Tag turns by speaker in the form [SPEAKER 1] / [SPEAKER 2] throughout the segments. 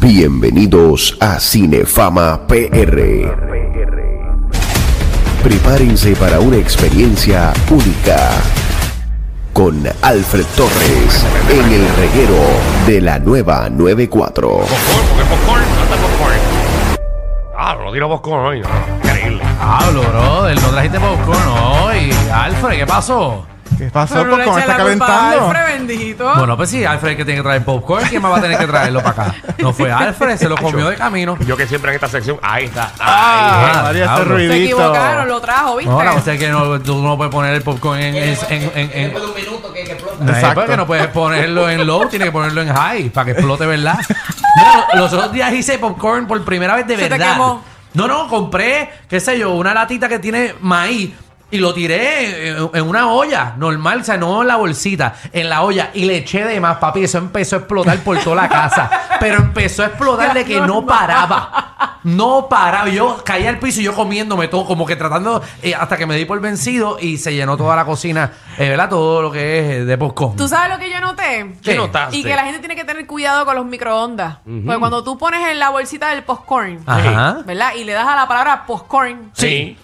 [SPEAKER 1] Bienvenidos a Cinefama PR. Prepárense para una experiencia única con Alfred Torres en el reguero de la nueva 94.
[SPEAKER 2] Popcorn, porque popcorn, falta popcorn. Ah, no tiro popcorn hoy. no, Increíble.
[SPEAKER 3] Pablo, brother, no trajiste popcorn hoy. Alfred, ¿qué pasó?
[SPEAKER 4] ¿Qué pasó?
[SPEAKER 5] Pero no le
[SPEAKER 4] Popcorn?
[SPEAKER 5] eche
[SPEAKER 4] está
[SPEAKER 5] la culpa a
[SPEAKER 4] calentando.
[SPEAKER 5] Alfred, bendito.
[SPEAKER 3] Bueno, pues sí, Alfred es que tiene que traer popcorn. ¿Quién más va a tener que traerlo para acá? No fue Alfred, se lo comió de camino.
[SPEAKER 2] Yo que siempre en esta sección, ahí está.
[SPEAKER 4] Ah,
[SPEAKER 3] Ay,
[SPEAKER 4] María,
[SPEAKER 3] diablo.
[SPEAKER 4] este
[SPEAKER 3] Se
[SPEAKER 4] ruidito.
[SPEAKER 5] se equivocaron, lo trajo, ¿viste?
[SPEAKER 3] Ahora, usted que no, tú no puedes poner el popcorn en. en, en, en, en- No,
[SPEAKER 4] Exacto.
[SPEAKER 3] porque no puedes ponerlo en low, tienes que ponerlo en high para que explote, ¿verdad? Mira, lo- los otros días hice popcorn por primera vez de
[SPEAKER 5] Se te
[SPEAKER 3] verdad.
[SPEAKER 5] quemó.
[SPEAKER 3] No, no, compré, qué sé yo, una latita que tiene maíz y lo tiré en, en una olla normal, o sea, no en la bolsita, en la olla y le eché de más, papi. Eso empezó a explotar por toda la casa, pero empezó a explotar de que no paraba. No paraba. Yo caía al piso y yo comiéndome todo, como que tratando, eh, hasta que me di por vencido y se llenó toda la cocina, eh, ¿verdad? Todo lo que es eh, de postcom.
[SPEAKER 5] ¿Tú sabes lo que yo noté?
[SPEAKER 3] ¿Qué
[SPEAKER 2] ¿Qué notaste?
[SPEAKER 5] Y que la gente tiene que tener cuidado con los microondas. Porque cuando tú pones en la bolsita del popcorn,
[SPEAKER 3] Ajá.
[SPEAKER 5] ¿verdad? Y le das a la palabra popcorn,
[SPEAKER 2] Sí.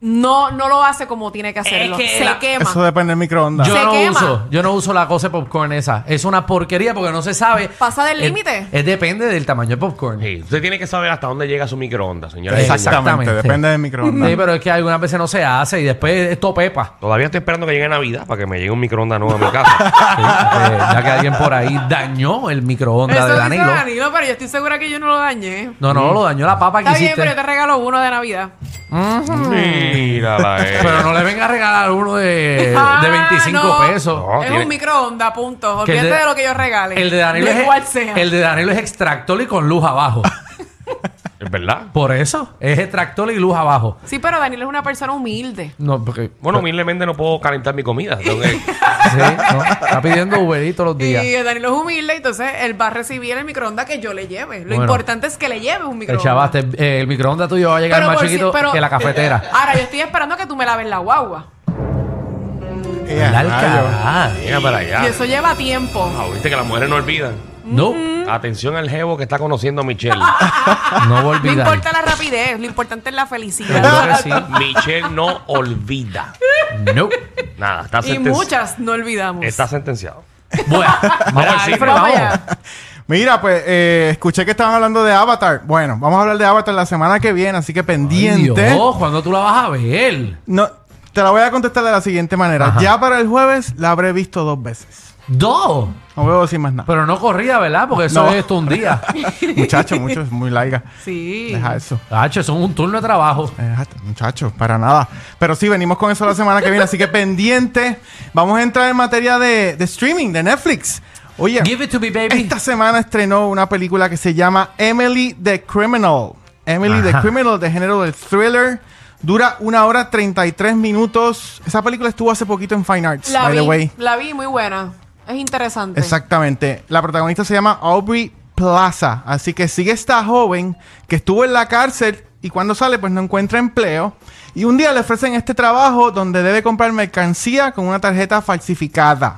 [SPEAKER 5] no, no lo hace como tiene que hacerlo.
[SPEAKER 3] que
[SPEAKER 5] se
[SPEAKER 3] la-
[SPEAKER 5] quema.
[SPEAKER 4] Eso depende del microondas.
[SPEAKER 3] Yo
[SPEAKER 5] Se
[SPEAKER 3] no
[SPEAKER 5] quema.
[SPEAKER 3] uso, yo no uso la cosa de popcorn esa. Es una porquería porque no se sabe.
[SPEAKER 5] ¿Pasa del
[SPEAKER 3] Es-
[SPEAKER 5] límite?
[SPEAKER 3] Es depende del tamaño del popcorn. Sí.
[SPEAKER 2] Sí. Usted tiene que saber hasta dónde llega su microondas, señora.
[SPEAKER 4] Exactamente,
[SPEAKER 3] Exactamente.
[SPEAKER 4] depende del microondas.
[SPEAKER 3] pero es que algunas veces no se hace y después esto pepa.
[SPEAKER 2] Todavía estoy esperando que llegue Navidad para que me llegue un microondas nuevo a mi casa.
[SPEAKER 3] Sí, eh, ya que alguien por ahí dañó el microondas
[SPEAKER 5] Eso
[SPEAKER 3] de
[SPEAKER 5] dice
[SPEAKER 3] Danilo.
[SPEAKER 5] Danilo, pero yo estoy segura que yo no lo dañé.
[SPEAKER 3] No, no, lo dañó la papa que
[SPEAKER 5] Está bien,
[SPEAKER 3] hiciste.
[SPEAKER 5] pero yo te regalo uno de Navidad.
[SPEAKER 2] Mírala, eh.
[SPEAKER 3] Pero no le venga a regalar uno Eh, de, de
[SPEAKER 5] Ah,
[SPEAKER 3] 25
[SPEAKER 5] no.
[SPEAKER 3] pesos.
[SPEAKER 2] No,
[SPEAKER 5] es
[SPEAKER 2] tiene-
[SPEAKER 5] un microondas, punto.
[SPEAKER 3] Que el
[SPEAKER 5] Olvídate de, lo que yo regale.
[SPEAKER 3] El de Danilo
[SPEAKER 5] Da
[SPEAKER 3] es,
[SPEAKER 5] igual sea.
[SPEAKER 3] El de Danilo es extractor y con luz abajo.
[SPEAKER 2] Es verdad.
[SPEAKER 3] Por eso, es extractor y luz abajo.
[SPEAKER 5] Sí, pero Danilo es una persona humilde.
[SPEAKER 3] No, porque. pues,
[SPEAKER 2] Bueno, humildemente no puedo calentar mi comida. Tengo que-
[SPEAKER 3] Sí, no, está pidiendo Uberito los días.
[SPEAKER 5] Y Danilo es humilde, entonces él va a recibir el microondas que yo le lleve. Lo
[SPEAKER 3] Bueno.
[SPEAKER 5] importante es que le lleve un
[SPEAKER 3] El
[SPEAKER 5] microondas.
[SPEAKER 3] chavaste, eh, el microondas tuyo va a llegar
[SPEAKER 5] Pero
[SPEAKER 3] más
[SPEAKER 5] por si-
[SPEAKER 3] chiquito
[SPEAKER 5] pero-
[SPEAKER 3] que la cafetera.
[SPEAKER 5] Ahora, yo estoy esperando que tú me laves la guagua.
[SPEAKER 4] Eh,
[SPEAKER 3] Al
[SPEAKER 4] rayo.
[SPEAKER 3] carajo.
[SPEAKER 2] Mira para
[SPEAKER 5] Y
[SPEAKER 2] allá.
[SPEAKER 5] eso lleva tiempo.
[SPEAKER 2] Ah, viste que las mujeres no olvidan.
[SPEAKER 3] No,
[SPEAKER 2] Atención al jevo que está conociendo a Michelle.
[SPEAKER 3] no voy a
[SPEAKER 5] No
[SPEAKER 3] olvidar.
[SPEAKER 5] importa la rapidez, lo importante es la felicidad.
[SPEAKER 3] Claro que sí.
[SPEAKER 2] Michelle no olvida.
[SPEAKER 3] No.
[SPEAKER 2] Nada, está
[SPEAKER 5] y
[SPEAKER 2] sentenciado.
[SPEAKER 5] muchas no
[SPEAKER 4] Pues
[SPEAKER 5] olvidamos.
[SPEAKER 2] Está sentenciado.
[SPEAKER 3] Bueno, vamos
[SPEAKER 2] Mira,
[SPEAKER 3] al
[SPEAKER 2] sí,
[SPEAKER 3] cine,
[SPEAKER 2] vamos
[SPEAKER 3] vamos.
[SPEAKER 5] allá.
[SPEAKER 4] Mira, pues eh, escuché que estaban hablando de Avatar. Bueno, vamos a hablar de Avatar la semana que viene, así que pendiente.
[SPEAKER 3] Dios, cuando tú la vas a ver.
[SPEAKER 4] no, te la voy a contestar de la siguiente manera. Ya para el jueves la habré visto dos veces.
[SPEAKER 3] Dos.
[SPEAKER 4] No veo sin más nada.
[SPEAKER 3] Pero no corría, ¿verdad? Porque eso
[SPEAKER 4] No.
[SPEAKER 3] es esto un día.
[SPEAKER 4] Muchachos, muchos, muy larga.
[SPEAKER 5] Sí.
[SPEAKER 4] Deja eso.
[SPEAKER 3] Hacho, son un turno de trabajo.
[SPEAKER 4] Muchachos, para nada. Pero sí, venimos con eso la semana que viene, así que pendiente. Vamos a entrar en materia de, de streaming, de Netflix. Oye,
[SPEAKER 3] Give it to me, baby.
[SPEAKER 4] esta semana estrenó una película que se llama Emily the Criminal. Emily the
[SPEAKER 3] Ajá.
[SPEAKER 4] Criminal, de género del thriller. Dura una hora 33 minutos. Esa película estuvo hace poquito en Fine Arts,
[SPEAKER 5] La
[SPEAKER 4] by
[SPEAKER 5] vi,
[SPEAKER 4] the way.
[SPEAKER 5] la vi muy buena. Es interesante.
[SPEAKER 4] Exactamente. La protagonista se llama Aubrey Plaza. Así que sigue esta joven que estuvo en la cárcel y cuando sale pues no encuentra empleo. Y un día le ofrecen este trabajo donde debe comprar mercancía con una tarjeta falsificada.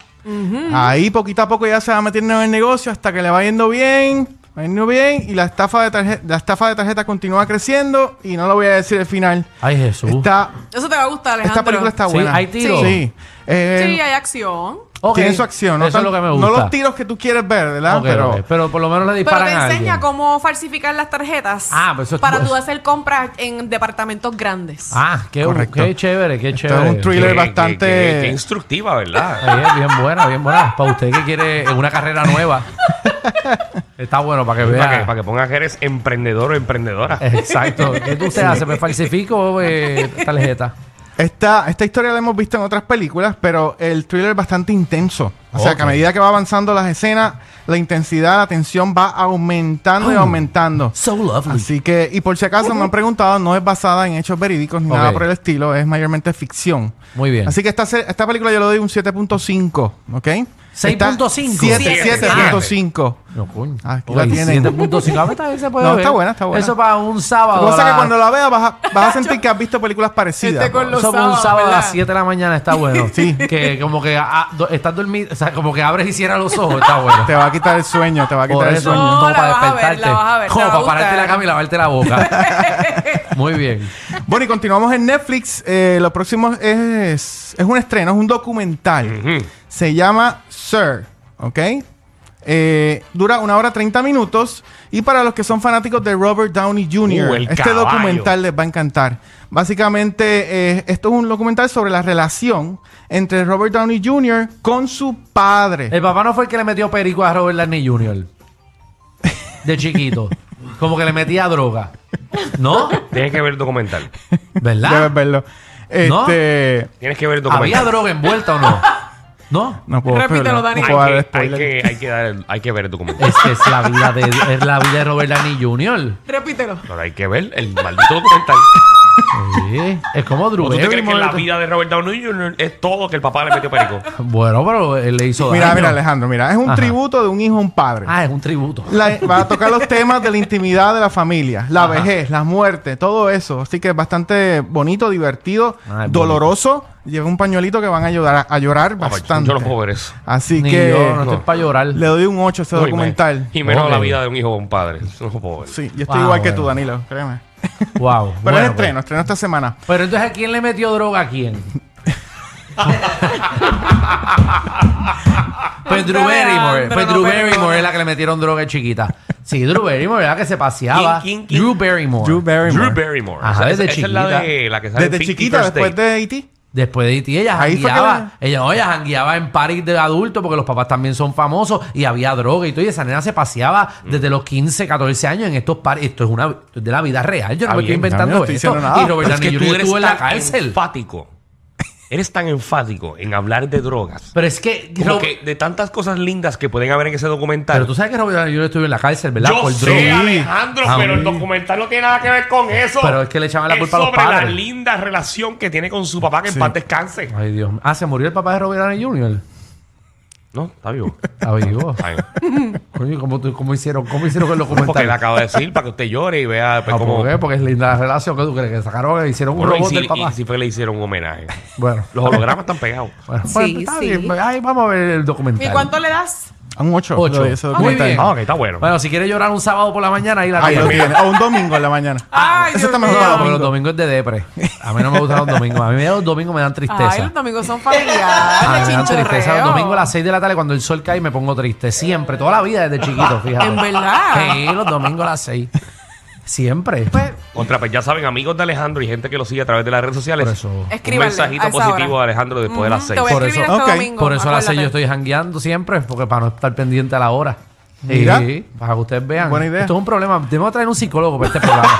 [SPEAKER 4] Ahí poquito a poco ya se va metiendo en el negocio hasta que le va yendo bien. va yendo bien y la estafa de tarjeta, la estafa de tarjeta continúa creciendo y no lo voy a decir el final.
[SPEAKER 3] Ay, Jesús.
[SPEAKER 4] Está,
[SPEAKER 5] Eso te va a gustar, Alejandro.
[SPEAKER 4] esta película está
[SPEAKER 3] Sí,
[SPEAKER 4] buena.
[SPEAKER 3] hay tiro.
[SPEAKER 4] Sí. Eh,
[SPEAKER 5] Sí, hay acción.
[SPEAKER 3] Ok,
[SPEAKER 4] tiene su acción. No,
[SPEAKER 3] Eso es
[SPEAKER 4] tan-
[SPEAKER 3] lo que me
[SPEAKER 4] no
[SPEAKER 3] gusta.
[SPEAKER 4] los tiros que tú quieres ver, ¿verdad?
[SPEAKER 3] Ok, ok.
[SPEAKER 4] pero
[SPEAKER 3] pero, por lo menos le
[SPEAKER 5] Pero
[SPEAKER 3] disparan
[SPEAKER 5] te
[SPEAKER 3] a
[SPEAKER 5] enseña
[SPEAKER 3] alguien.
[SPEAKER 5] cómo falsificar las tarjetas
[SPEAKER 3] Ah, pues eso es-
[SPEAKER 5] para tú hacer compras en departamentos grandes.
[SPEAKER 3] Ah, qué,
[SPEAKER 4] Correcto.
[SPEAKER 3] qué chévere, qué
[SPEAKER 4] es
[SPEAKER 3] chévere.
[SPEAKER 4] un thriller. Thriller bastante-
[SPEAKER 2] Qué, qué instructiva, ¿verdad?
[SPEAKER 3] Ahí es, bien buena, bien buena. Para usted que quiere una carrera nueva. Está bueno para que vea.
[SPEAKER 2] Para que, para que pongas que eres emprendedor o emprendedora.
[SPEAKER 4] Eh.
[SPEAKER 3] Exacto. ¿Qué tú te haces? ¿Me falsifico eh, tarjeta?
[SPEAKER 4] esta, esta historia la hemos visto en otras películas, pero el thriller es bastante intenso. O sea, que a
[SPEAKER 3] Ok.
[SPEAKER 4] medida que va avanzando las escenas, la intensidad, la tensión va aumentando y
[SPEAKER 3] Oh.
[SPEAKER 4] aumentando.
[SPEAKER 3] So lovely.
[SPEAKER 4] Así que, y por si acaso me han preguntado, no es basada en hechos verídicos ni
[SPEAKER 3] Ok.
[SPEAKER 4] nada por el estilo, es mayormente ficción.
[SPEAKER 3] Muy bien.
[SPEAKER 4] Así que esta, se- esta película yo le doy un 7.5, ¿ok? Está
[SPEAKER 3] 6.5.
[SPEAKER 4] 7,
[SPEAKER 2] Siete,
[SPEAKER 4] 7.5
[SPEAKER 3] No, coño.
[SPEAKER 4] Ah, Aquí
[SPEAKER 3] Oye,
[SPEAKER 4] la tienen.
[SPEAKER 3] 7.5. Ah, está bien, se puede
[SPEAKER 4] No,
[SPEAKER 3] ver.
[SPEAKER 4] está buena, está buena.
[SPEAKER 3] Eso para un sábado.
[SPEAKER 4] Lo que pasa
[SPEAKER 3] a
[SPEAKER 4] es
[SPEAKER 3] la-
[SPEAKER 4] que cuando la veas vas a, vas a sentir que has visto películas parecidas.
[SPEAKER 5] Este con los
[SPEAKER 3] Eso para un
[SPEAKER 5] sábados,
[SPEAKER 3] sábado a
[SPEAKER 5] ¿verdad?
[SPEAKER 3] las 7 de la mañana está bueno.
[SPEAKER 4] Sí.
[SPEAKER 3] Que como que ah, do- estás dormido, o sea, como que abres y cierras los ojos, está bueno.
[SPEAKER 4] Te va a quitar el sueño, te va a
[SPEAKER 3] Por
[SPEAKER 4] quitar el
[SPEAKER 3] eso,
[SPEAKER 4] sueño.
[SPEAKER 5] No,
[SPEAKER 3] como
[SPEAKER 5] la
[SPEAKER 3] para
[SPEAKER 5] vas a ver,
[SPEAKER 3] despertarte.
[SPEAKER 5] la vas a ver, te
[SPEAKER 3] Como
[SPEAKER 5] va a
[SPEAKER 3] para pararte
[SPEAKER 5] gustar.
[SPEAKER 3] la cama y lavarte la boca. Muy bien.
[SPEAKER 4] Bueno, y continuamos en Netflix. Eh, lo próximo es, es un estreno, es un documental. Se llama Sir, ¿ok? Eh, dura una hora 30 minutos. Y para los que son fanáticos de Robert Downey Jr.,
[SPEAKER 2] Uh, el
[SPEAKER 4] este
[SPEAKER 2] caballo.
[SPEAKER 4] documental les va a encantar. Básicamente, eh, esto es un documental sobre la relación entre Robert Downey Jr. con su padre.
[SPEAKER 3] El papá no fue el que le metió perico a Robert Downey Jr. De chiquito. Como que le metía droga. ¿No?
[SPEAKER 2] Tienes que ver el documental.
[SPEAKER 3] ¿Verdad?
[SPEAKER 4] Debes verlo.
[SPEAKER 3] ¿No.
[SPEAKER 4] Este,
[SPEAKER 2] Tienes que ver el
[SPEAKER 3] ¿Había
[SPEAKER 2] documental.
[SPEAKER 3] droga envuelta o no? ¿No?
[SPEAKER 4] no puedo,
[SPEAKER 5] Repítelo,
[SPEAKER 4] pero no
[SPEAKER 5] Dani.
[SPEAKER 4] puedo dar
[SPEAKER 2] Hay que, hay,
[SPEAKER 4] spoiler.
[SPEAKER 2] que, hay, que dar el- hay que ver el documental.
[SPEAKER 3] Es que es la vida de, es la vida de Robert Downey Jr.
[SPEAKER 5] Repítelo.
[SPEAKER 2] Ahora hay que ver el maldito documental.
[SPEAKER 3] Sí. Es como Drew
[SPEAKER 4] Pues
[SPEAKER 2] ¿O tú te crees que la
[SPEAKER 3] Barrymore.
[SPEAKER 2] vida de Robert Downey Jr. es todo que el papá le metió perico? Ah, pues,
[SPEAKER 3] Bueno, pero él le hizo
[SPEAKER 4] Mira,
[SPEAKER 3] daño.
[SPEAKER 4] mira, Alejandro, mira. Es un
[SPEAKER 3] Ajá.
[SPEAKER 4] tributo de un hijo a un padre.
[SPEAKER 3] Ah, es un tributo.
[SPEAKER 4] La- va a tocar los temas de la intimidad de la familia, la vejez, la muerte, todo eso. Así que es bastante bonito, divertido,
[SPEAKER 3] Ah, es
[SPEAKER 4] doloroso. Lleva un pañuelito que van a ayudar a, a llorar
[SPEAKER 2] Papá,
[SPEAKER 4] bastante.
[SPEAKER 2] Yo no puedo ver eso.
[SPEAKER 4] Así
[SPEAKER 3] Ni
[SPEAKER 4] que
[SPEAKER 3] yo, no estoy
[SPEAKER 2] no.
[SPEAKER 3] para llorar.
[SPEAKER 4] le doy un 8 a ese
[SPEAKER 2] No, y
[SPEAKER 4] documental.
[SPEAKER 2] menos- Y menos
[SPEAKER 3] Ok.
[SPEAKER 2] la vida de un hijo o un padre. Eso no lo puedo ver.
[SPEAKER 4] Sí, yo estoy
[SPEAKER 3] Wow,
[SPEAKER 4] igual que
[SPEAKER 3] Ah, bueno.
[SPEAKER 4] tú, Danilo, créeme.
[SPEAKER 3] Wow.
[SPEAKER 4] Pero
[SPEAKER 3] bueno,
[SPEAKER 4] es estreno,
[SPEAKER 3] pues.
[SPEAKER 4] estreno esta semana.
[SPEAKER 3] Pero entonces, ¿a quién le metió droga a quién? pues Drew Barrymore.
[SPEAKER 5] Alejandro,
[SPEAKER 3] Pues
[SPEAKER 5] no,
[SPEAKER 3] Drew
[SPEAKER 5] perdona.
[SPEAKER 3] Barrymore es la que le metieron droga de chiquita. Sí, Drew Barrymore era la que se paseaba.
[SPEAKER 2] ¿Quién, quién, quién?
[SPEAKER 3] Drew Barrymore.
[SPEAKER 4] Drew Barrymore.
[SPEAKER 2] Drew Barrymore.
[SPEAKER 3] Ajá,
[SPEAKER 2] Esa-
[SPEAKER 3] desde
[SPEAKER 2] esa- esa es la
[SPEAKER 3] chiquita.
[SPEAKER 2] de la que sale en
[SPEAKER 4] Desde
[SPEAKER 2] 50
[SPEAKER 4] chiquita,
[SPEAKER 2] First
[SPEAKER 4] después
[SPEAKER 2] Date.
[SPEAKER 4] de E E.T.
[SPEAKER 3] Después de ti, ella
[SPEAKER 4] Ahí fue que
[SPEAKER 3] jangueaba.
[SPEAKER 4] la-
[SPEAKER 3] Ella, oye, jangueaba en parties de adultos porque los papás también son famosos y había droga y todo. Y esa nena se paseaba
[SPEAKER 2] Mm.
[SPEAKER 3] desde los 15, 14 años en estos parties. Esto es una esto es de la vida real. Yo no
[SPEAKER 2] Ah,
[SPEAKER 3] me estoy
[SPEAKER 2] bien,
[SPEAKER 4] no, yo no
[SPEAKER 3] inventando
[SPEAKER 4] estoy
[SPEAKER 3] esto.
[SPEAKER 4] diciendo nada.
[SPEAKER 3] Y Robert
[SPEAKER 2] Es que
[SPEAKER 3] Downey
[SPEAKER 2] tú
[SPEAKER 3] Jr.
[SPEAKER 2] eres
[SPEAKER 3] estuvo en la
[SPEAKER 2] tan
[SPEAKER 3] cárcel.
[SPEAKER 2] enfático. Eres tan enfático en hablar de drogas.
[SPEAKER 3] Pero es que...
[SPEAKER 2] Como
[SPEAKER 3] Rob-
[SPEAKER 2] que de tantas cosas lindas que pueden haber en ese documental.
[SPEAKER 3] Pero tú sabes que Robert Downey Jr. estuvo en la cárcel, ¿verdad?
[SPEAKER 2] Yo sé,
[SPEAKER 3] droga.
[SPEAKER 2] Alejandro,
[SPEAKER 3] Ah,
[SPEAKER 2] pero el
[SPEAKER 3] sí.
[SPEAKER 2] documental no tiene nada que ver con eso.
[SPEAKER 3] Pero es que le echaban la
[SPEAKER 2] Es
[SPEAKER 3] culpa a los
[SPEAKER 2] sobre la
[SPEAKER 3] padres.
[SPEAKER 2] linda relación que tiene con su papá, que en paz descanse.
[SPEAKER 3] Ay, Dios. mío. Ah, se murió el papá de Robert Downey Jr.
[SPEAKER 2] No, está vivo.
[SPEAKER 3] Ah, vivo.
[SPEAKER 2] Está bien.
[SPEAKER 3] Coño, ¿cómo, tú- cómo hicieron? ¿Cómo hicieron el
[SPEAKER 2] Porque le
[SPEAKER 3] documental?
[SPEAKER 2] acabo de decir para que usted llore y vea pues,
[SPEAKER 3] Ah,
[SPEAKER 2] cómo.
[SPEAKER 3] ¿Por qué? Porque es linda la relación que tú crees que sacaron, hicieron un
[SPEAKER 2] Bueno, y
[SPEAKER 3] robot
[SPEAKER 2] si-
[SPEAKER 3] del papá.
[SPEAKER 2] y si fue que le hicieron un homenaje.
[SPEAKER 3] Bueno.
[SPEAKER 2] Los hologramas están pegados.
[SPEAKER 3] Bueno,
[SPEAKER 5] Sí,
[SPEAKER 3] pues, está
[SPEAKER 5] sí.
[SPEAKER 3] bien, pues, ahí vamos a ver el documental.
[SPEAKER 5] ¿Y cuánto le das?
[SPEAKER 4] A un 8.
[SPEAKER 3] Ocho. Ah, muy bien.
[SPEAKER 2] Ah, ok, está bueno.
[SPEAKER 3] Bueno, si quieres llorar un sábado por la mañana, ahí la
[SPEAKER 4] Ahí lo
[SPEAKER 3] tienes.
[SPEAKER 4] tiene. O un domingo en la mañana.
[SPEAKER 5] Ay,
[SPEAKER 4] Eso está
[SPEAKER 5] Dios
[SPEAKER 4] mejor
[SPEAKER 5] mío.
[SPEAKER 4] para
[SPEAKER 3] No,
[SPEAKER 4] domingo.
[SPEAKER 3] pero los domingos es de depre. A mí no me gustan los domingos. A mí los domingos me dan
[SPEAKER 5] Ay,
[SPEAKER 3] tristeza.
[SPEAKER 5] los domingos son
[SPEAKER 3] Ah, me
[SPEAKER 5] familiares, de
[SPEAKER 3] dan tristeza. Los
[SPEAKER 5] chinchorreo.
[SPEAKER 3] domingos a las 6 de la tarde cuando el sol cae me pongo triste. Siempre, toda la vida desde chiquito, fíjate.
[SPEAKER 5] ¿En verdad?
[SPEAKER 3] Sí, los domingos a las 6. Siempre.
[SPEAKER 5] Pues,
[SPEAKER 2] Contra, pues ya saben, amigos de Alejandro y gente que lo sigue a través de las redes sociales.
[SPEAKER 3] Por eso.
[SPEAKER 2] Un
[SPEAKER 5] escríbanle a
[SPEAKER 2] mensajito
[SPEAKER 5] esa
[SPEAKER 2] positivo
[SPEAKER 5] hora.
[SPEAKER 2] a Alejandro después de las
[SPEAKER 5] Ujú,
[SPEAKER 2] seis.
[SPEAKER 5] Te voy a
[SPEAKER 3] Por
[SPEAKER 5] escribir
[SPEAKER 4] eso-
[SPEAKER 5] este
[SPEAKER 4] ok.
[SPEAKER 5] domingo.
[SPEAKER 3] Por eso a las 6 yo
[SPEAKER 5] acuérdate.
[SPEAKER 3] estoy jangueando siempre, porque para no estar pendiente a la hora.
[SPEAKER 4] Mira.
[SPEAKER 3] Sí, para que ustedes vean.
[SPEAKER 4] Buena idea.
[SPEAKER 3] Esto es un problema. Tenemos que traer un psicólogo para este programa.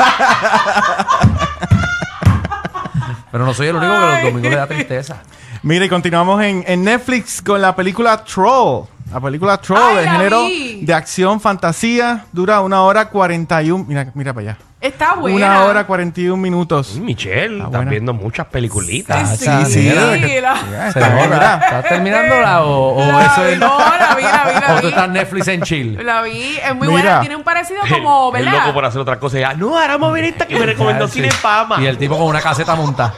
[SPEAKER 3] Pero no soy el único que los
[SPEAKER 5] Ay.
[SPEAKER 3] domingos le da tristeza.
[SPEAKER 4] Mira, y continuamos en, en Netflix con la película Troll. La película Troll,
[SPEAKER 5] Ay,
[SPEAKER 4] de
[SPEAKER 5] la
[SPEAKER 4] género
[SPEAKER 5] vi.
[SPEAKER 4] de acción, fantasía, dura una hora 41. Mira, mira para allá.
[SPEAKER 5] Está buena.
[SPEAKER 4] Una hora 41 minutos.
[SPEAKER 2] Mm, Michelle, estás
[SPEAKER 4] buena.
[SPEAKER 2] viendo muchas peliculitas.
[SPEAKER 5] Sí,
[SPEAKER 3] Ah,
[SPEAKER 5] sí, sí.
[SPEAKER 4] mira, que-
[SPEAKER 5] la-
[SPEAKER 3] Se
[SPEAKER 4] Está
[SPEAKER 3] nota.
[SPEAKER 4] bien, ¿verdad?
[SPEAKER 3] ¿Estás terminándola o, o
[SPEAKER 5] La
[SPEAKER 3] eso
[SPEAKER 5] vi,
[SPEAKER 3] es-
[SPEAKER 5] no, la vi, la vi, la
[SPEAKER 3] o tú
[SPEAKER 5] vi.
[SPEAKER 3] estás Netflix en chill?
[SPEAKER 5] La vi, es muy
[SPEAKER 4] Mira.
[SPEAKER 5] buena. Tiene un parecido como,
[SPEAKER 2] El- el
[SPEAKER 5] ¿verdad?
[SPEAKER 2] loco por hacer otra cosa. y, Ah, no, ahora vamos a ver esta que me recomendó
[SPEAKER 3] Ah, sí.
[SPEAKER 2] Cine Fama.
[SPEAKER 3] Y el tipo con una caseta montada.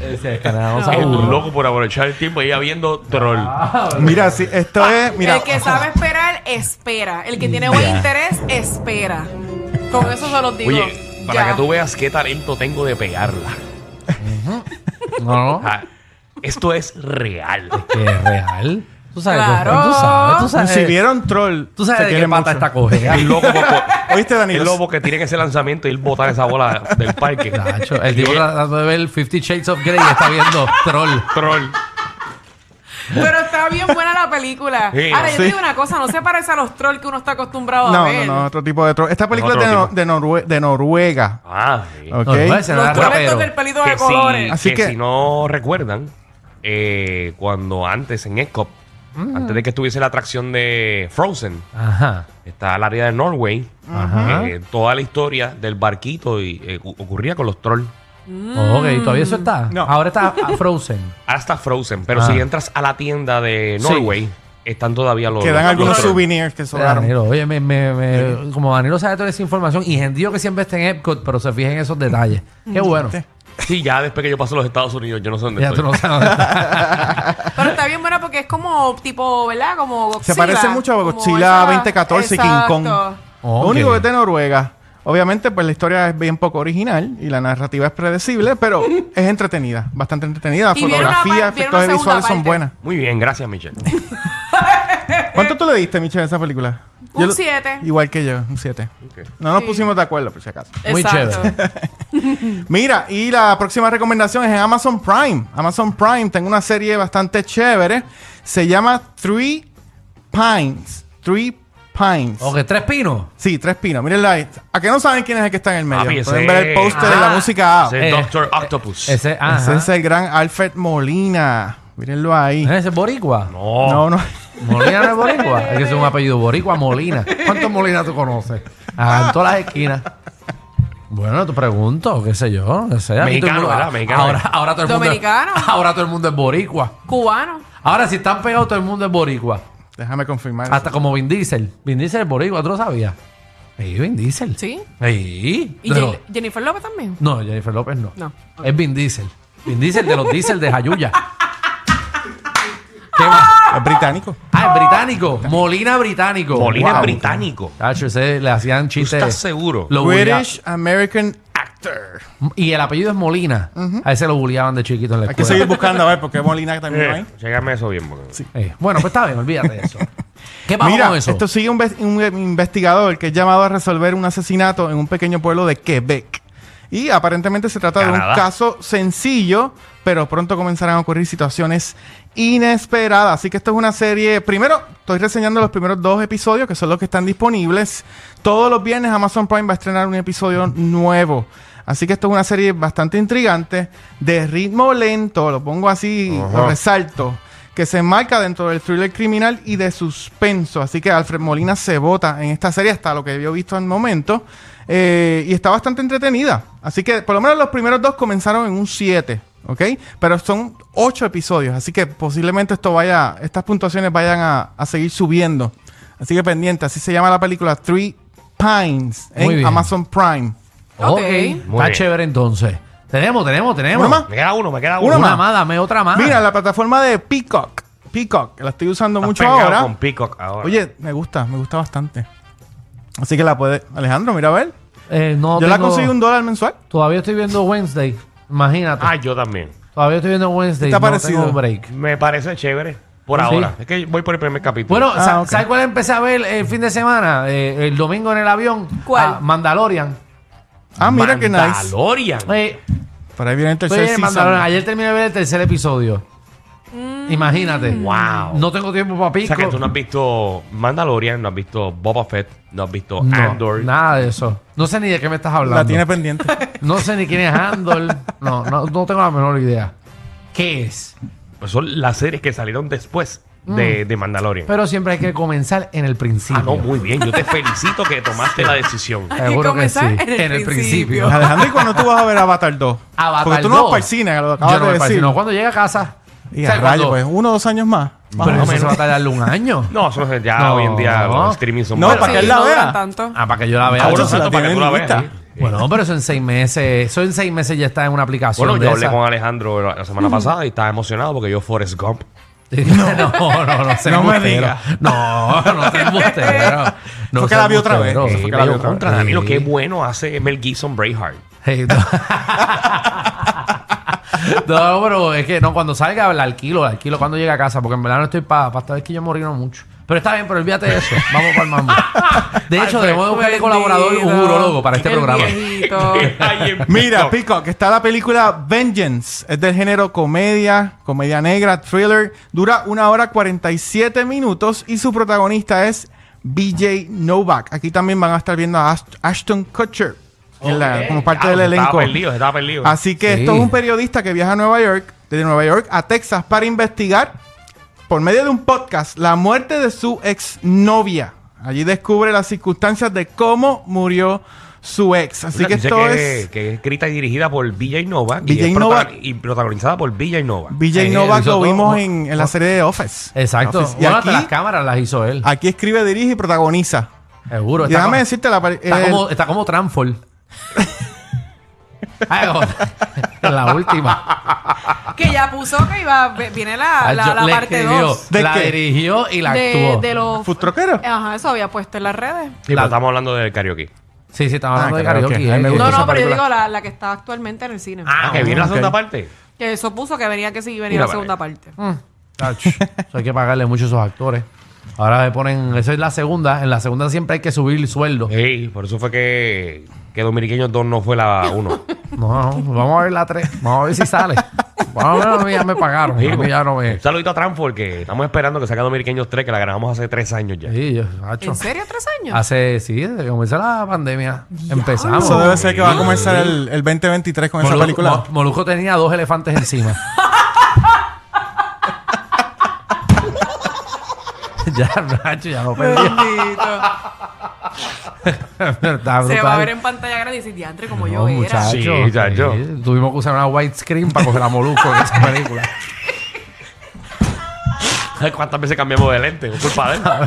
[SPEAKER 3] Ese es que nada, vamos a
[SPEAKER 2] Es un
[SPEAKER 3] burlar.
[SPEAKER 2] loco por aprovechar el tiempo y ella viendo troll.
[SPEAKER 5] Ah.
[SPEAKER 4] Mira, sí, esto es. Mira,
[SPEAKER 5] el Ah, que sabe esperar, espera. El que tiene buen
[SPEAKER 3] Ya.
[SPEAKER 5] interés, espera. Con eso se los digo.
[SPEAKER 2] Oye, para
[SPEAKER 5] Ya.
[SPEAKER 2] que tú veas qué talento tengo de pegarla.
[SPEAKER 3] No, no.
[SPEAKER 2] Ah, esto es real.
[SPEAKER 3] Que es real. Tú sabes,
[SPEAKER 5] Claro.
[SPEAKER 3] tú sabes, tú sabes.
[SPEAKER 4] si vieron Troll,
[SPEAKER 3] Tú sabes
[SPEAKER 4] se
[SPEAKER 3] de qué
[SPEAKER 4] quieren
[SPEAKER 3] pata
[SPEAKER 4] mucho.
[SPEAKER 3] está cogida.
[SPEAKER 2] El loco,
[SPEAKER 4] ¿Oíste, Danilo?
[SPEAKER 2] el lobo que tiene ese lanzamiento y él botar esa bola del parque.
[SPEAKER 3] Nacho, el tipo tratando de ver 50 Shades of Grey y está viendo Troll.
[SPEAKER 2] Troll.
[SPEAKER 5] Pero está bien buena la película.
[SPEAKER 2] Sí,
[SPEAKER 5] Ahora, yo
[SPEAKER 4] sí.
[SPEAKER 5] te digo una cosa, no se parece a los trolls que uno está acostumbrado
[SPEAKER 4] No, no,
[SPEAKER 5] a ver.
[SPEAKER 4] no, otro tipo de Troll. Esta película es
[SPEAKER 2] otro
[SPEAKER 4] de, no-
[SPEAKER 2] tipo.
[SPEAKER 4] de, Norue- de Noruega.
[SPEAKER 2] Ah, sí.
[SPEAKER 4] Ok.
[SPEAKER 3] No, no, ese no
[SPEAKER 5] Los
[SPEAKER 3] era
[SPEAKER 5] trolls
[SPEAKER 3] rapero.
[SPEAKER 5] estos del pelito de
[SPEAKER 2] que si,
[SPEAKER 5] colores.
[SPEAKER 4] Así
[SPEAKER 2] que
[SPEAKER 4] que-
[SPEAKER 2] si no recuerdan, eh, cuando antes en ESCOP, antes de que estuviese la atracción de Frozen,
[SPEAKER 3] Ajá.
[SPEAKER 2] está el área de Norway,
[SPEAKER 3] Ajá.
[SPEAKER 2] eh, toda la historia del barquito y, eh, u- ocurría con los trolls.
[SPEAKER 3] ok, todavía eso está.
[SPEAKER 4] No.
[SPEAKER 3] Ahora está ah, Frozen.
[SPEAKER 2] Ahora está Frozen, pero
[SPEAKER 3] Ah.
[SPEAKER 2] si entras a la tienda de
[SPEAKER 3] Sí.
[SPEAKER 2] Norway, están todavía los.
[SPEAKER 4] Quedan
[SPEAKER 2] los-
[SPEAKER 4] algunos
[SPEAKER 2] los-
[SPEAKER 4] souvenirs que sobraron.
[SPEAKER 3] Danilo, oye, me, me- me- como Danilo sabe toda esa información y gentío que siempre está en Epcot, pero se fija en esos detalles.
[SPEAKER 4] Mm.
[SPEAKER 3] Qué bueno.
[SPEAKER 2] Sí, ya después que yo paso a los Estados Unidos, yo no sé dónde
[SPEAKER 3] Ya
[SPEAKER 2] estoy.
[SPEAKER 3] tú no sabes. dónde está.
[SPEAKER 5] Pero está bien buena porque es como tipo, ¿verdad? Como Godzilla.
[SPEAKER 4] Se parece mucho a
[SPEAKER 5] como
[SPEAKER 4] Godzilla
[SPEAKER 5] esa-
[SPEAKER 4] 2014 y King
[SPEAKER 5] Exacto.
[SPEAKER 4] Kong.
[SPEAKER 3] Ok.
[SPEAKER 4] Lo único que es de Noruega. Obviamente, pues la historia es bien poco original y la narrativa es predecible, pero es entretenida, bastante entretenida. La
[SPEAKER 5] Y viene una
[SPEAKER 4] fotografía,
[SPEAKER 5] par- viene
[SPEAKER 4] efectos
[SPEAKER 5] una segunda
[SPEAKER 4] visuales son
[SPEAKER 5] parte.
[SPEAKER 4] buenas.
[SPEAKER 2] Muy bien, gracias, Michelle.
[SPEAKER 4] ¿Cuánto tú le diste, Michelle, a esa película?
[SPEAKER 5] Un
[SPEAKER 4] Yo lo-
[SPEAKER 5] siete.
[SPEAKER 4] Igual que yo, un 7.
[SPEAKER 2] Ok.
[SPEAKER 4] No nos
[SPEAKER 5] Sí.
[SPEAKER 4] pusimos de acuerdo, por si acaso.
[SPEAKER 3] Muy
[SPEAKER 5] Exacto.
[SPEAKER 4] Mira, y la próxima recomendación es en Amazon Prime. Amazon Prime tengo una serie bastante chévere. Se llama Three Pines. Three Pines.
[SPEAKER 3] ok, tres pinos.
[SPEAKER 4] Sí, tres pinos. Mírenla ahí. ¿A qué no saben quién es el que está en el medio?
[SPEAKER 2] Papi, ese-
[SPEAKER 4] Pueden ver el póster de la
[SPEAKER 3] Ah,
[SPEAKER 4] música A.
[SPEAKER 2] Ese es Doctor Octopus.
[SPEAKER 3] Ese,
[SPEAKER 4] Ese
[SPEAKER 3] ajá. Eh.
[SPEAKER 4] es el gran Alfred Molina. Mírenlo ahí.
[SPEAKER 3] ¿Ese es boricua?
[SPEAKER 2] No.
[SPEAKER 3] Oh.
[SPEAKER 4] No, no.
[SPEAKER 3] Molina no es boricua. Es que es un apellido boricua, Molina. ¿Cuántos Molina tú conoces? Ah, en todas las esquinas. Bueno, te pregunto, qué sé yo, qué sé. Aquí
[SPEAKER 2] Mexicano,
[SPEAKER 3] todo el mundo-
[SPEAKER 2] ¿verdad? Mexicano.
[SPEAKER 3] Ahora, ahora todo el mundo.
[SPEAKER 5] Dominicano.
[SPEAKER 3] Ahora todo el mundo es boricua.
[SPEAKER 5] Cubano.
[SPEAKER 3] Ahora, si están pegados, todo el mundo es boricua.
[SPEAKER 4] Déjame confirmar. eso.
[SPEAKER 3] Hasta como Vin Diesel. Vin Diesel es boricua, ¿tú lo sabías? Sí, Vin Diesel.
[SPEAKER 5] Sí.
[SPEAKER 3] Sí.
[SPEAKER 5] Y
[SPEAKER 3] De los-
[SPEAKER 5] Jen- Jennifer López también.
[SPEAKER 3] No, Jennifer López no.
[SPEAKER 5] No.
[SPEAKER 3] Es Vin Diesel. Vin Diesel de los Diesel de Jayuya. ¿Qué más?
[SPEAKER 4] Es británico.
[SPEAKER 3] Ah, es británico. Molina británico.
[SPEAKER 2] Molina
[SPEAKER 3] Wow.
[SPEAKER 2] es británico.
[SPEAKER 3] Tacho, ese le hacían
[SPEAKER 2] ¿Tú estás
[SPEAKER 3] chistes.
[SPEAKER 2] seguro?
[SPEAKER 3] Lo
[SPEAKER 4] British American Actor.
[SPEAKER 3] bullia- Y el apellido es Molina. A ese lo bulliaban de chiquito en la
[SPEAKER 4] Hay que
[SPEAKER 3] escuela.
[SPEAKER 4] seguir buscando a ver porque Molina también no hay.
[SPEAKER 2] Eh, Llégame eso bien, porque...
[SPEAKER 3] Eh, bueno, pues está bien, olvídate de eso. ¿Qué pasó
[SPEAKER 4] Mira,
[SPEAKER 3] con eso?
[SPEAKER 4] esto sigue un, ve- un eh, investigador que es llamado a resolver un asesinato en un pequeño pueblo de Quebec. Y aparentemente se trata de
[SPEAKER 2] Canadá.
[SPEAKER 4] un caso sencillo, pero pronto comenzarán a ocurrir situaciones inesperadas. Así que esto es una serie. Primero, estoy reseñando los primeros dos episodios, que son los que están disponibles. Todos los viernes Amazon Prime va a estrenar un episodio nuevo. Así que esto es una serie bastante intrigante, de ritmo lento, lo pongo así, lo resalto, que se enmarca dentro del thriller criminal y de suspenso. Así que Alfred Molina se vota en esta serie hasta lo que yo he visto en el momento. eh, y está bastante entretenida. Así que por lo menos los primeros dos comenzaron en un 7, ¿ok? Pero son 8 episodios, así que posiblemente esto vaya, estas puntuaciones vayan a, a seguir subiendo. Así que pendiente, así se llama la película Three Pines
[SPEAKER 3] Muy
[SPEAKER 4] en
[SPEAKER 3] bien.
[SPEAKER 4] Amazon Prime.
[SPEAKER 5] Ok.
[SPEAKER 3] Ok.
[SPEAKER 2] Muy
[SPEAKER 3] Está
[SPEAKER 2] bien.
[SPEAKER 3] chévere entonces. Tenemos, tenemos, tenemos.
[SPEAKER 4] Una más.
[SPEAKER 2] Me queda uno, me queda uno.
[SPEAKER 3] Una,
[SPEAKER 4] más.
[SPEAKER 3] más, dame otra más.
[SPEAKER 4] Mira, la plataforma de Peacock. Peacock, que la estoy usando
[SPEAKER 2] Estás
[SPEAKER 4] mucho
[SPEAKER 2] pegado
[SPEAKER 4] ahora.
[SPEAKER 2] Con Peacock ahora.
[SPEAKER 4] Oye, me gusta, me gusta bastante. Así que la puede. Alejandro, mira a ver.
[SPEAKER 3] Eh, no
[SPEAKER 4] Yo la
[SPEAKER 3] tengo-
[SPEAKER 4] conseguí un dólar mensual.
[SPEAKER 3] Todavía estoy viendo Wednesday. Imagínate.
[SPEAKER 2] Ah, yo también.
[SPEAKER 3] Todavía estoy viendo Wednesday.
[SPEAKER 4] Está
[SPEAKER 3] no
[SPEAKER 4] parecido.
[SPEAKER 3] tengo break.
[SPEAKER 2] Me parece chévere. Por
[SPEAKER 3] Sí.
[SPEAKER 2] ahora. Es que voy por el primer capítulo.
[SPEAKER 3] Bueno,
[SPEAKER 4] Ah,
[SPEAKER 3] sa-
[SPEAKER 4] ok.
[SPEAKER 3] ¿sabes cuál empecé a ver el fin de semana? Eh, el domingo en el avión.
[SPEAKER 5] ¿Cuál?
[SPEAKER 3] Ah, Mandalorian.
[SPEAKER 4] Ah, mira qué nice.
[SPEAKER 2] Mandalorian.
[SPEAKER 3] Eh,
[SPEAKER 4] Por ahí viene el
[SPEAKER 3] estoy
[SPEAKER 4] tercer
[SPEAKER 3] en Mandalorian.
[SPEAKER 4] season.
[SPEAKER 3] Ayer terminé de ver el tercer episodio. Imagínate.
[SPEAKER 2] Wow.
[SPEAKER 3] No tengo tiempo para
[SPEAKER 2] o
[SPEAKER 3] pico.
[SPEAKER 2] sea que tú no has visto Mandalorian, no has visto Boba Fett, no has visto
[SPEAKER 3] No,
[SPEAKER 2] Andor.
[SPEAKER 3] nada de eso. No sé ni de qué me estás hablando.
[SPEAKER 4] La tiene pendiente.
[SPEAKER 3] No sé ni quién es Andor. No, no, no tengo la menor idea. ¿Qué es?
[SPEAKER 2] Pues son las series que salieron después
[SPEAKER 4] Mm.
[SPEAKER 2] de, de Mandalorian.
[SPEAKER 3] Pero siempre hay que comenzar en el principio.
[SPEAKER 2] ah, no, muy bien. Yo te felicito que tomaste la decisión.
[SPEAKER 5] Hay que
[SPEAKER 3] Seguro que sí.
[SPEAKER 5] comenzar en el principio.
[SPEAKER 4] Alejandro, ¿y cuándo tú vas a ver Avatar 2?
[SPEAKER 3] Avatar
[SPEAKER 4] Porque tú no vas
[SPEAKER 3] 2.
[SPEAKER 4] para el cine, lo
[SPEAKER 3] Yo
[SPEAKER 4] acabas
[SPEAKER 3] no
[SPEAKER 4] de
[SPEAKER 3] me parece,
[SPEAKER 4] decir.
[SPEAKER 3] no, cuando llegue a casa.
[SPEAKER 4] Y
[SPEAKER 3] O
[SPEAKER 4] a
[SPEAKER 3] sea,
[SPEAKER 4] rayo,
[SPEAKER 3] cuando-
[SPEAKER 4] pues, uno o dos años más. Más
[SPEAKER 3] Pero eso
[SPEAKER 4] o
[SPEAKER 3] se va
[SPEAKER 4] menos.
[SPEAKER 3] a tardarle un año.
[SPEAKER 2] No, eso no es- ya
[SPEAKER 3] No.
[SPEAKER 2] hoy en día los streaming son
[SPEAKER 4] No,
[SPEAKER 2] malos.
[SPEAKER 4] para que él la
[SPEAKER 5] no duran
[SPEAKER 4] vea.
[SPEAKER 5] tanto.
[SPEAKER 3] Ah, para que yo la vea.
[SPEAKER 2] Ah, bueno,
[SPEAKER 4] Ahora se la
[SPEAKER 2] exacto, para que
[SPEAKER 4] tienen
[SPEAKER 2] tú la
[SPEAKER 4] lista.
[SPEAKER 2] veas. sí.
[SPEAKER 3] Bueno, pero eso en seis meses. Eso en seis meses ya está en una aplicación.
[SPEAKER 2] Bueno,
[SPEAKER 3] de
[SPEAKER 2] yo hablé
[SPEAKER 3] esa.
[SPEAKER 2] con Alejandro la la semana
[SPEAKER 4] Mm.
[SPEAKER 2] pasada y estaba emocionado porque yo Forrest Gump.
[SPEAKER 3] No, no, no, no, sé
[SPEAKER 4] No me
[SPEAKER 3] embustero.
[SPEAKER 4] diga.
[SPEAKER 3] No, no sé embustero. No
[SPEAKER 4] Fue que
[SPEAKER 3] sé
[SPEAKER 4] la vi otra
[SPEAKER 3] embustero.
[SPEAKER 4] vez.
[SPEAKER 3] Sí,
[SPEAKER 4] Fue que la
[SPEAKER 3] bello
[SPEAKER 4] vi otra vez.
[SPEAKER 2] Contra
[SPEAKER 3] Sí.
[SPEAKER 2] Danilo, qué bueno hace Mel Gibson Braveheart.
[SPEAKER 3] Sí, No, No, pero es que no, cuando salga la alquilo, la alquilo cuando llegue a casa, porque en verdad no estoy para pa, esta vez que yo morino mucho. Pero está bien, pero olvídate de eso. Vamos para el mambo. De hecho, debemos de buscarle
[SPEAKER 5] Bendito.
[SPEAKER 3] colaborador, un urologo para este
[SPEAKER 5] El
[SPEAKER 3] programa.
[SPEAKER 5] viejito.
[SPEAKER 2] Ay, en
[SPEAKER 4] Mira,
[SPEAKER 2] TikTok.
[SPEAKER 4] Peacock, está la película Vengeance. Es del género comedia, comedia negra, thriller. Dura una hora 47 minutos y su protagonista es BJ Novak. Aquí también van a estar viendo a Ast- Ashton Kutcher en la- como parte
[SPEAKER 2] Ah,
[SPEAKER 4] del
[SPEAKER 2] se
[SPEAKER 4] elenco.
[SPEAKER 2] Estaba perdido, se estaba perdido.
[SPEAKER 4] Así que
[SPEAKER 3] Sí.
[SPEAKER 4] esto es un periodista que viaja a Nueva York, desde Nueva York a Texas para investigar por medio de un podcast la muerte de su exnovia. Allí descubre las circunstancias de cómo murió su ex. Así
[SPEAKER 2] Una
[SPEAKER 4] que
[SPEAKER 2] dice
[SPEAKER 4] esto
[SPEAKER 2] que,
[SPEAKER 4] es
[SPEAKER 2] que es escrita y dirigida por Villa Innova
[SPEAKER 4] Villa
[SPEAKER 2] y, es
[SPEAKER 4] Innova.
[SPEAKER 2] protagon- y protagonizada por Villa Innova.
[SPEAKER 4] Villa
[SPEAKER 3] Sí,
[SPEAKER 4] Novak
[SPEAKER 3] hizo
[SPEAKER 4] lo
[SPEAKER 3] todo.
[SPEAKER 4] vimos en, en la serie de Office.
[SPEAKER 3] Exacto.
[SPEAKER 4] Office. Y
[SPEAKER 3] Bueno, hasta las
[SPEAKER 4] aquí,
[SPEAKER 3] cámaras las hizo él.
[SPEAKER 4] aquí escribe, dirige y protagoniza.
[SPEAKER 3] Seguro.
[SPEAKER 4] Y
[SPEAKER 3] Está
[SPEAKER 4] déjame
[SPEAKER 3] como-
[SPEAKER 4] decirte la pari-
[SPEAKER 3] Está,
[SPEAKER 4] el-
[SPEAKER 3] como, está como Transform. Ay, como- la última.
[SPEAKER 5] Que ya puso que iba, viene la, la,
[SPEAKER 3] Ah, Yo-
[SPEAKER 5] la
[SPEAKER 3] le
[SPEAKER 5] parte
[SPEAKER 3] escribió,
[SPEAKER 5] 2
[SPEAKER 4] ¿De
[SPEAKER 3] la
[SPEAKER 4] qué?
[SPEAKER 3] dirigió y la
[SPEAKER 5] de,
[SPEAKER 3] actuó.
[SPEAKER 5] de los...
[SPEAKER 4] ¿Food truckero?
[SPEAKER 5] Ajá, eso había puesto en las redes.
[SPEAKER 2] Sí, pero
[SPEAKER 3] La-
[SPEAKER 2] estamos hablando del karaoke.
[SPEAKER 3] Sí, sí, estaba hablando
[SPEAKER 4] Ah,
[SPEAKER 3] de
[SPEAKER 4] claro,
[SPEAKER 3] karaoke.
[SPEAKER 4] ok. A mí me
[SPEAKER 3] eh.
[SPEAKER 4] gusta
[SPEAKER 5] No,
[SPEAKER 4] esa
[SPEAKER 5] no, pero yo
[SPEAKER 4] película.
[SPEAKER 5] digo la, la que está actualmente en el cine.
[SPEAKER 2] Ah, que viene la
[SPEAKER 4] ok.
[SPEAKER 2] segunda parte.
[SPEAKER 5] Que eso puso que venía que sí, venía
[SPEAKER 2] Mira,
[SPEAKER 5] la segunda parte.
[SPEAKER 3] Mm. Ach, eso hay que pagarle mucho a esos actores. Ahora le ponen, esa es la segunda. En la segunda siempre hay que subir sueldo.
[SPEAKER 2] Sí, por eso fue que, que Dominiqueños 2 no fue la 1.
[SPEAKER 3] No, no, vamos a ver la tres. Vamos a ver si sale. Vamos a ver, a mí ya me pagaron. A mí ya no me.
[SPEAKER 2] Un saludito a Transform, que estamos esperando que saque Dominiqueños 3, que la grabamos hace tres años ya.
[SPEAKER 3] Sí, yo, acho.
[SPEAKER 5] ¿En serio tres años?
[SPEAKER 3] Hace, sí, desde que comenzó la pandemia. Empezamos.
[SPEAKER 4] Eso debe ser que va a comenzar el, el 2023 con esa
[SPEAKER 3] Molusco,
[SPEAKER 4] película.
[SPEAKER 3] Mo- Molusco tenía dos elefantes encima. ya, Nacho, ya lo perdí.
[SPEAKER 5] Bendito.
[SPEAKER 3] Está
[SPEAKER 5] Se va a
[SPEAKER 3] brutal.
[SPEAKER 5] ver en pantalla grande y dice, diantre, como
[SPEAKER 3] No,
[SPEAKER 5] yo era.
[SPEAKER 3] muchacho,
[SPEAKER 2] Sí, muchacho.
[SPEAKER 3] sí. Tuvimos que usar una widescreen para coger a Molusco en esa película.
[SPEAKER 2] ¿Sabes cuántas veces cambiamos de lente? Es culpa de él.
[SPEAKER 5] Ay,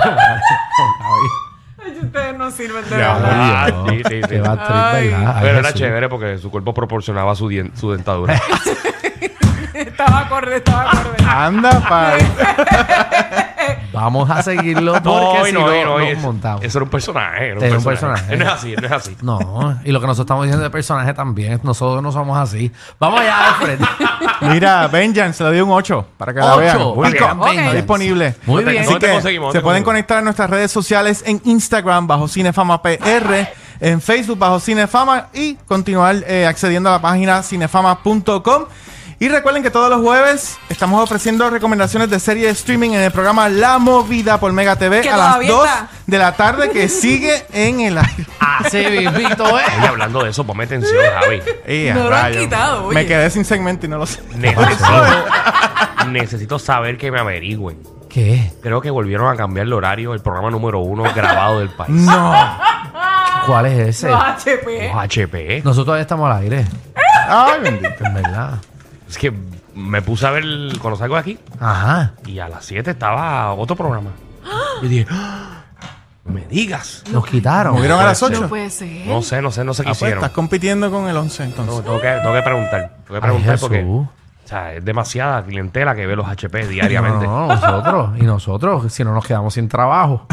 [SPEAKER 5] Ustedes no sirven de
[SPEAKER 2] Ya,
[SPEAKER 5] verdad.
[SPEAKER 2] Ah,
[SPEAKER 3] Ay,
[SPEAKER 2] sí, sí, sí.
[SPEAKER 3] qué bad trip,
[SPEAKER 5] Ay.
[SPEAKER 3] ¿verdad? Ay,
[SPEAKER 2] Pero era
[SPEAKER 3] Jesús. Ah,
[SPEAKER 2] chévere porque su cuerpo proporcionaba su, dien- su dentadura.
[SPEAKER 5] Estaba acorde, estaba acorde.
[SPEAKER 4] Anda, pa.
[SPEAKER 3] Vamos a seguirlo porque
[SPEAKER 2] No, y
[SPEAKER 3] si
[SPEAKER 2] no,
[SPEAKER 3] no,
[SPEAKER 2] y no, y
[SPEAKER 3] nos
[SPEAKER 2] eso-
[SPEAKER 3] montamos.
[SPEAKER 2] Eso era un personaje. Era un
[SPEAKER 3] Era un
[SPEAKER 2] personaje. No
[SPEAKER 3] personaje.
[SPEAKER 2] es así, no es así.
[SPEAKER 3] No, y lo que nosotros estamos diciendo de personaje también, nosotros no somos así. Vamos allá, Alfred.
[SPEAKER 4] Mira, Vengeance le dio un 8 para que la
[SPEAKER 3] Ocho,
[SPEAKER 4] vean.
[SPEAKER 3] para que
[SPEAKER 4] Pico,
[SPEAKER 3] vean
[SPEAKER 5] Ok.
[SPEAKER 4] Está
[SPEAKER 3] Vengeance.
[SPEAKER 4] disponible.
[SPEAKER 3] Muy
[SPEAKER 2] No te-
[SPEAKER 3] bien.
[SPEAKER 4] Así
[SPEAKER 2] te
[SPEAKER 4] que
[SPEAKER 2] conseguimos,
[SPEAKER 4] se
[SPEAKER 2] te
[SPEAKER 4] pueden
[SPEAKER 2] conseguimos.
[SPEAKER 4] conectar en nuestras redes sociales en Instagram bajo Cinefama PR, en Facebook bajo Cinefama y continuar eh, accediendo a la página cinefama.com. Y recuerden que todos los jueves estamos ofreciendo recomendaciones de serie de streaming en el programa La Movida por Mega TV
[SPEAKER 5] Que
[SPEAKER 4] a las
[SPEAKER 5] todavía
[SPEAKER 4] 2
[SPEAKER 5] está.
[SPEAKER 4] de la tarde que sigue en el aire.
[SPEAKER 3] Así mismito, ¿eh?
[SPEAKER 2] Oye, hablando de eso, ponme atención, Javi.
[SPEAKER 4] Ea,
[SPEAKER 5] No lo han
[SPEAKER 4] rayo.
[SPEAKER 5] quitado, oye.
[SPEAKER 4] Me quedé sin segmento y no lo sé.
[SPEAKER 2] Necesito, necesito saber que me averigüen.
[SPEAKER 3] ¿Qué?
[SPEAKER 2] Creo que volvieron a cambiar el horario del programa número uno grabado del país.
[SPEAKER 4] No.
[SPEAKER 3] ¿Cuál es ese?
[SPEAKER 5] Los HP.
[SPEAKER 2] HP.
[SPEAKER 3] Nosotros todavía estamos al aire,
[SPEAKER 4] Ay, bendito.
[SPEAKER 3] en verdad.
[SPEAKER 2] Es que me puse a ver el- cuando salgo de aquí
[SPEAKER 3] Ajá.
[SPEAKER 2] y a las 7 estaba otro programa. Y dije, "Ah, no me digas.
[SPEAKER 3] Nos quitaron.
[SPEAKER 4] ¿Movieron a las
[SPEAKER 2] puede
[SPEAKER 4] 8?
[SPEAKER 5] No puede ser.
[SPEAKER 2] No sé, no sé, no sé qué
[SPEAKER 4] Ah, pues,
[SPEAKER 2] hicieron.
[SPEAKER 4] estás compitiendo con el 11 entonces.
[SPEAKER 2] No, tengo, que, tengo que preguntar. Tengo que
[SPEAKER 3] Ay,
[SPEAKER 2] preguntar porque
[SPEAKER 3] Jesús.
[SPEAKER 2] o sea, es demasiada clientela que ve los HP
[SPEAKER 3] No,
[SPEAKER 2] diariamente.
[SPEAKER 3] no, nosotros. Y nosotros, si no nos quedamos sin trabajo.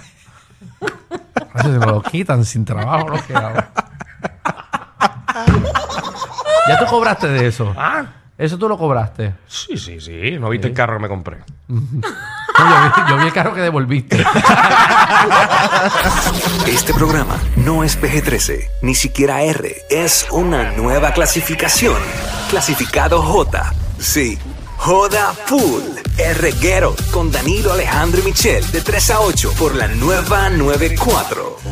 [SPEAKER 3] Eso, Si nos lo quitan sin trabajo, nos quedamos. ¿Ya tú cobraste de eso?
[SPEAKER 2] Ah,
[SPEAKER 3] Eso tú lo cobraste.
[SPEAKER 2] sí, sí, sí. No viste el carro que me compré.
[SPEAKER 3] No, yo, vi, yo vi el carro que devolviste.
[SPEAKER 6] Este programa no es PG-13, ni siquiera R. Es una nueva clasificación. Clasificado J. Sí. Joda Pool. El reguero con Danilo Alejandro y Michel de 3 a 8 por la nueva 94.